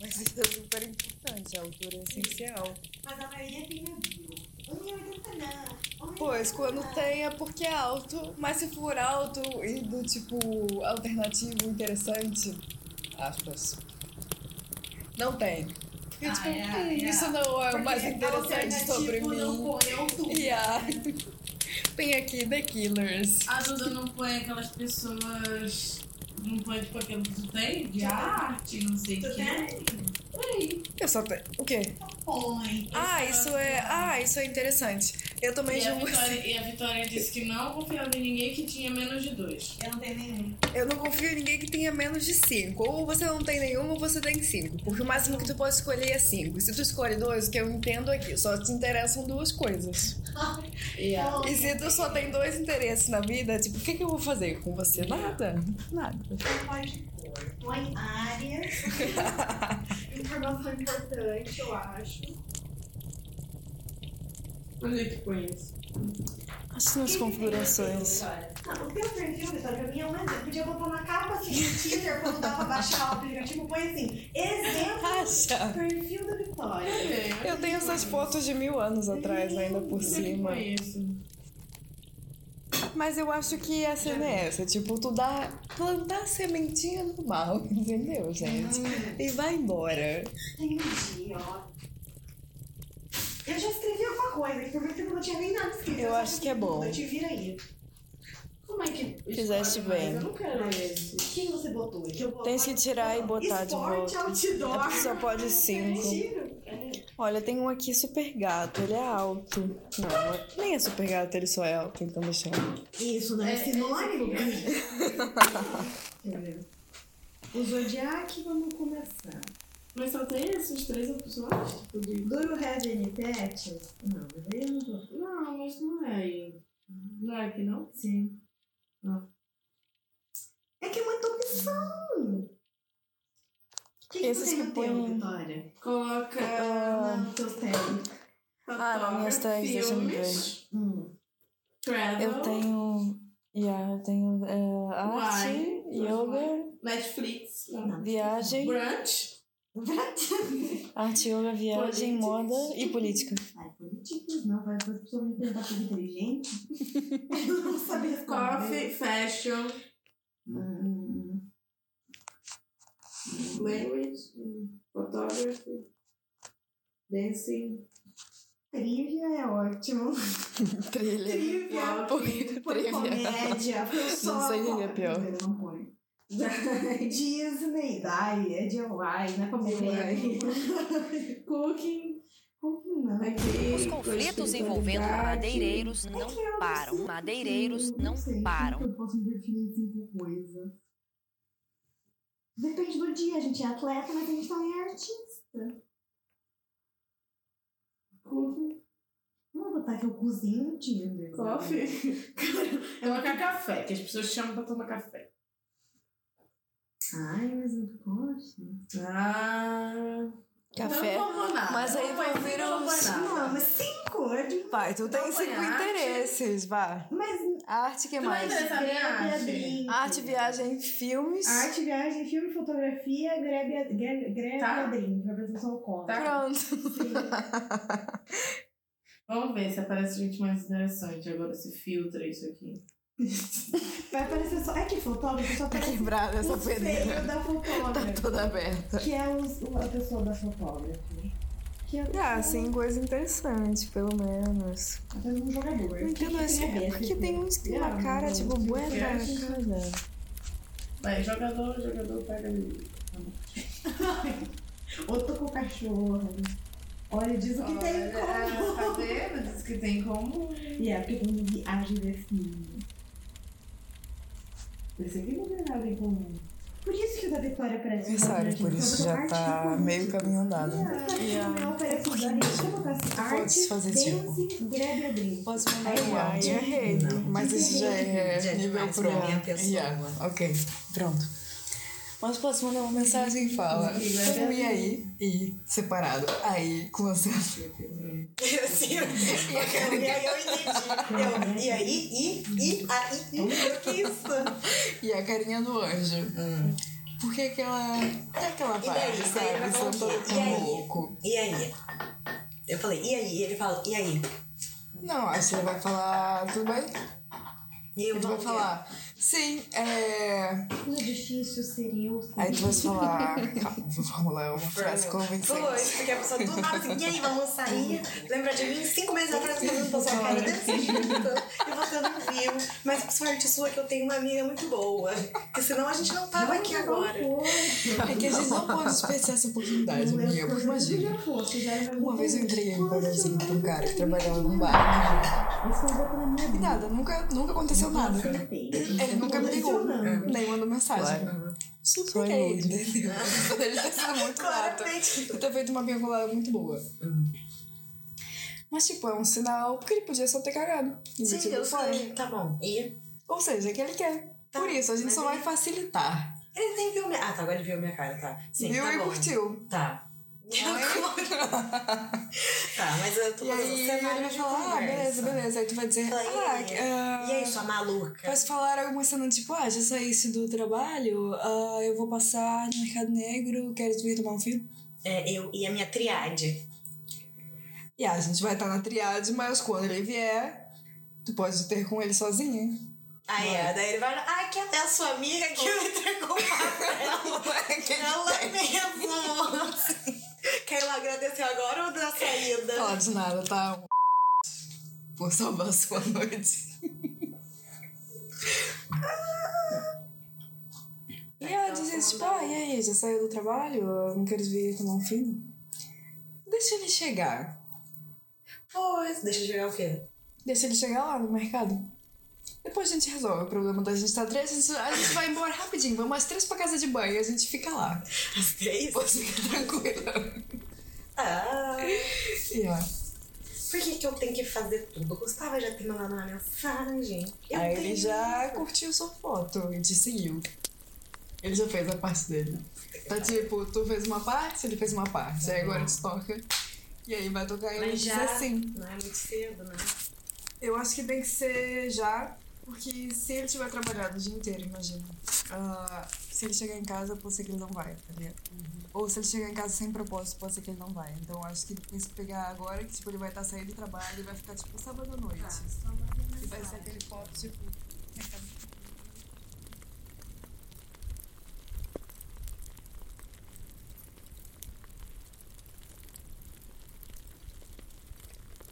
é super importante, a altura é essencial. Mas a maioria é tem navio. 1,80 não. 1,80 Pois, quando não. tem é porque é alto, mas se for alto e do tipo alternativo, interessante, aspas, não tem. E Ah, tipo, é, "Hum, é. isso não é o mais Porque interessante alternativo sobre mim. Não correu tudo. E a... tem aqui The Killers. Ajuda não põe aquelas pessoas. Não põe tipo aquilo que tu tem? De arte, não sei o Tu que. tem? Eu só tenho. O quê? Põe. Ah, isso é. Ah, isso é interessante. Eu também é E a, julgo. Vitória, e a Vitória disse que não confiava em ninguém que tinha menos de dois. Eu não tenho um. nenhum. Eu não confio em ninguém que tenha menos de 5. Ou você não tem nenhuma ou você tem 5. Porque o máximo que tu pode escolher é 5. Se tu escolhe dois, o que eu entendo aqui, só te interessam duas coisas. Então, E se tu só tem dois interesses na vida, tipo, o que, que eu vou fazer com você? Nada. Nada. Não pode pôr. Põe áreas. Informação importante, eu acho. Onde é que põe isso? As suas configurações. Não, o teu perfil, Vitória, pra mim é um exemplo. Podia botar na capa assim do Tinder quando dá pra baixar o aplicativo, põe assim. Exemplo. Acha? Perfil da É, Vitória. Eu tenho essas fotos de mil anos atrás ainda por cima. Mas eu acho que a cena é essa, tipo, tu dá, plantar a sementinha no mal, entendeu, gente? E vai embora. Entendi, ó. Eu já escrevi alguma coisa, que por muito tempo eu não tinha nem nada escrito. Eu só acho que é bom. Eu te vira aí. Como é que. Fizeste escolhe mais? bem. Eu não quero esse. Quem você botou? Que eu vou- Tem que tirar e botar de Esporte, volta. outdoor. É porque só pode cinco. Giro. Olha, tem um aqui super gato, ele é alto. Não, nem é super gato, ele só é alto, então deixa eu... Isso não é, É, sinônimo? é Entendeu? O Zodiac, vamos começar. Mas só tem esses três opções? Tipo, de... Do you have any pets? Não, mas aí eu não tô. Não, mas não é aí. Não é aqui não? Sim. Não. É que é muita opção. O que, que Esses você que não tem, põem- Vitória? Coloca. Ah, Não, tô sério. Ah, não, minhas tags, deixa eu filmes, Hum. travel, eu tenho... Yeah, eu tenho eh, arte, Wine. yoga, Netflix, um Não. viagem, brunch. arte, yoga, viagem, Políticas. moda e política. Ai, políticos não, vai as pessoas me perguntar tudo inteligente. Eu não sabia responder. Coffee, fashion, Hum, language, photography, dancing, trivia é ótimo. Trilha. um Trivia. Põe Põe Trilha. comédia. Põe só. sei o que é pior. Não põe. Disney, Dai, é DIY, não é comédia. cooking. Como que não? Aqui, Os conflitos envolvendo madeireiros não param. Madeireiros não param. Eu posso me definir em cinco coisas. Depende do dia, a gente é atleta, mas a gente também é artista. Cooking, Vamos botar que eu cozinho no Tinder. né? coffee. é colocar café, que as pessoas chamam pra tomar café. Ai, mas eu poxa. Ah. Café. Não vou nada. Mas aí Não vai vão vir, vir os- não vai nada. Não, mas cinco é de... Vai, tu tem Então põe cinco arte. interesses, vá. Mas Arte, que Tu vai mais? entrar- Essa grab a viagem. drink. Arte, viagem, filmes. Arte, viagem, filme, fotografia, é, grab, a- grab, grab Tá. a é drink, pra pessoa só o copo. Tá. Pronto. Vamos ver se aparece gente mais interessante agora, se filtra isso aqui. Vai aparecer só... É que fotógrafo só Tá aparece quebrada essa o peneira. feio da é fotógrafa. Tá toda aberta. Que é os- o- a pessoa da fotógrafa. Que é a pessoa- Ah, sim, coisa interessante, pelo menos. a pessoa do é um, jogador. Não entendo Que assim, tem a ver, é porque assim, tem uns que tem uma Ah, cara, não, tipo, se boa você cara. acha- Vai, jogador, jogador, pega ali. Ou tô com cachorro. Olha, diz o que tem em comum. Ah, tá vendo? Diz que tem como. E é porque tem viagem assim. Esse aqui não tem nada em comum. Por isso que o da Vitória parece um Sabe, grande por isso jogador. já Arte tá com- meio caminho andado. É. Yeah. Não, parece um grande- Deixa eu botar assim, Pode arte, fazer dancing, grab a drink. Posso mandar Aí, um arte. áudio? Errei. Mas isso já é Já é nível demais pro. pra minha pessoa. Yeah, ok, pronto. Mas posso mandar uma mensagem e fala. Um e aí, e separado. Aí, com ansiedade. Assim, Assim, E aí eu entendi. Eu, e aí, e, e, aí, e, o que é isso? E a carinha do anjo. Porque aquela. É aquela E daí? vibe, Isso aí sabe? vai São falar o todo quê? E tão aí? é? louco. E aí? Eu falei, e aí? E ele fala, e aí? Não, aí você vai falar, tudo bem? E eu Aí tu vai vou falar, sim, é. Como difícil ser eu. Aí tu vai falar. Calma, vou formular uma frase é, Foi, convincente. porque a pessoa tudo fala assim, e aí, vamos sair? Lembra de mim cinco meses atrás falando pra sua cara desse jeito. E você não viu. Mas por sorte sua que eu tenho uma amiga muito boa. Porque senão a gente não tava aqui um agora. É que a gente não pode desperdiçar essa oportunidade, amiga, porque imagina. Já fosse, já era Uma vez eu entreguei um papelzinho pra um cara que trabalhava num bar. E nada, nunca, nunca aconteceu nada. Ele nunca me ligou, nem mandou mensagem. Super gay, entendeu? Ele tá sendo muito gato. Claramente. E ter feito uma vinculada muito boa. Mas, tipo, é um sinal porque ele podia só ter cagado. E Sim, metido eu fora. falei, tá bom. E Ou seja, é que ele quer. Tá, Por isso, a gente mas só ele- vai facilitar. ele nem viu minha. Ah, tá, agora ele viu minha cara, tá. Sim, viu tá e bom. curtiu. Tá. Tá, mas eu tô E fazendo um aí ele cenário vai de falar, ah, beleza, conversa. beleza. Aí tu vai dizer, Fala, ah, e aí? ah, E aí, sua maluca? Posso falar alguma cena tipo, ah, já saísse do trabalho, ah, eu vou passar no Mercado Negro, queres vir tomar um filme? É, eu e a minha triade. E ah, a gente vai estar na triade, mas quando ele vier, tu pode ter com ele sozinha. hein? Aí, ó, daí ele vai, ah, que é a sua amiga que eu entregou o papel. Ela mesmo! Quero agradecer agora ou da Fala saída? de nada, tá? Por salvar a sua noite. E ela diz assim, tipo, ah, e aí, já saiu do trabalho? Não queres vir tomar um filme? Deixa ele chegar. Pois, deixa eu jogar o quê? Deixa ele chegar lá no mercado. Depois a gente resolve o problema da gente estar três. A gente, a gente vai embora rapidinho. Vamos às três pra casa de banho e a gente fica lá. As três? Depois fica tranquila. Ah, E ó. por que, que eu tenho que fazer tudo? Gustavo já tem mandado uma mensagem. Eu Aí tenho. ele já curtiu sua foto e te seguiu. Ele já fez a parte dele. Tá tipo, tu fez uma parte, ele fez uma parte. Aí agora te toca. E aí vai tocar ele e Mas diz já assim. não é muito cedo, né? Eu acho que tem que ser já, porque se ele tiver trabalhado o dia inteiro, imagina. Ah, se ele chegar em casa, pode ser que ele não vai, tá ligado? Ou se ele chegar em casa sem propósito, pode ser que ele não vai. Então acho que tem que pegar tá Ah, agora, que tipo, ele vai estar saindo do trabalho e vai ficar tipo sábado à noite. E vai ser aquele pop, tipo,